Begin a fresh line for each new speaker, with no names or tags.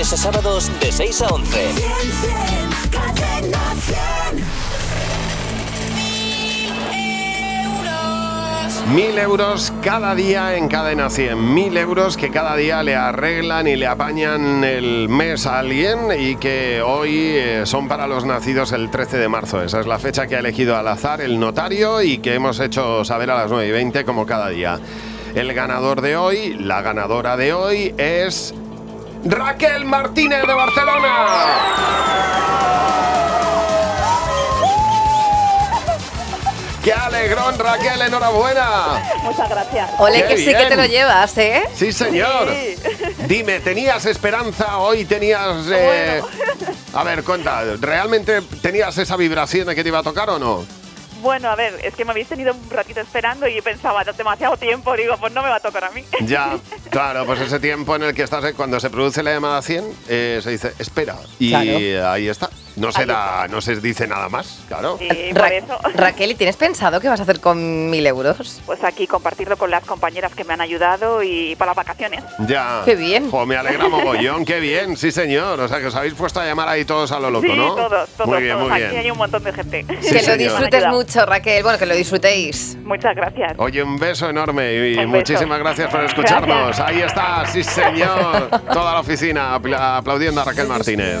a sábados de 6 a 11.
Cadena 100.
Mil euros cada día en cadena 100. Mil euros que cada día le arreglan y le apañan el mes a alguien y que hoy eh, son para los nacidos el 13 de marzo. Esa es la fecha que ha elegido al azar el notario y que hemos hecho saber a las 9 y 20 como cada día. El ganador de hoy, la ganadora de hoy es Raquel Martínez de Barcelona. ¡Qué alegrón, Raquel! ¡Enhorabuena!
Muchas gracias.
Qué
Ole, que sí que
bien.
te lo llevas, ¿eh?
Sí, señor. Dime, ¿tenías esperanza hoy? ¿Tenías... eh, A ver, cuenta, ¿realmente tenías esa vibración de que te iba a tocar o no?
Bueno, a ver, es que me habéis tenido un ratito esperando y pensaba demasiado tiempo. Digo, pues no me va a tocar a mí.
Ya, claro, pues ese tiempo en el que estás, eh, cuando se produce la llamada 100, eh, se dice, espera, y
Claro.
ahí está. No se, da, no se dice nada más, claro.
Sí,
Ra-
por eso.
Raquel, ¿y tienes pensado qué vas a hacer con mil euros?
Pues aquí compartirlo con las compañeras que me han ayudado y para las vacaciones.
Ya.
Qué bien.
Jo, me alegra mogollón, qué bien, sí señor. O sea, que os habéis puesto a llamar ahí todos a lo loco,
sí,
¿no?
todos, todos,
Muy bien,
todos.
muy
aquí hay
bien.
un montón de gente.
Sí,
que
señor.
lo disfrutes mucho, Raquel. Bueno, que lo disfrutéis.
Muchas gracias.
Oye, un beso enorme y
Un beso.
muchísimas gracias por escucharnos.
Gracias.
Ahí está, sí señor. Toda la oficina apla- aplaudiendo a Raquel Martínez.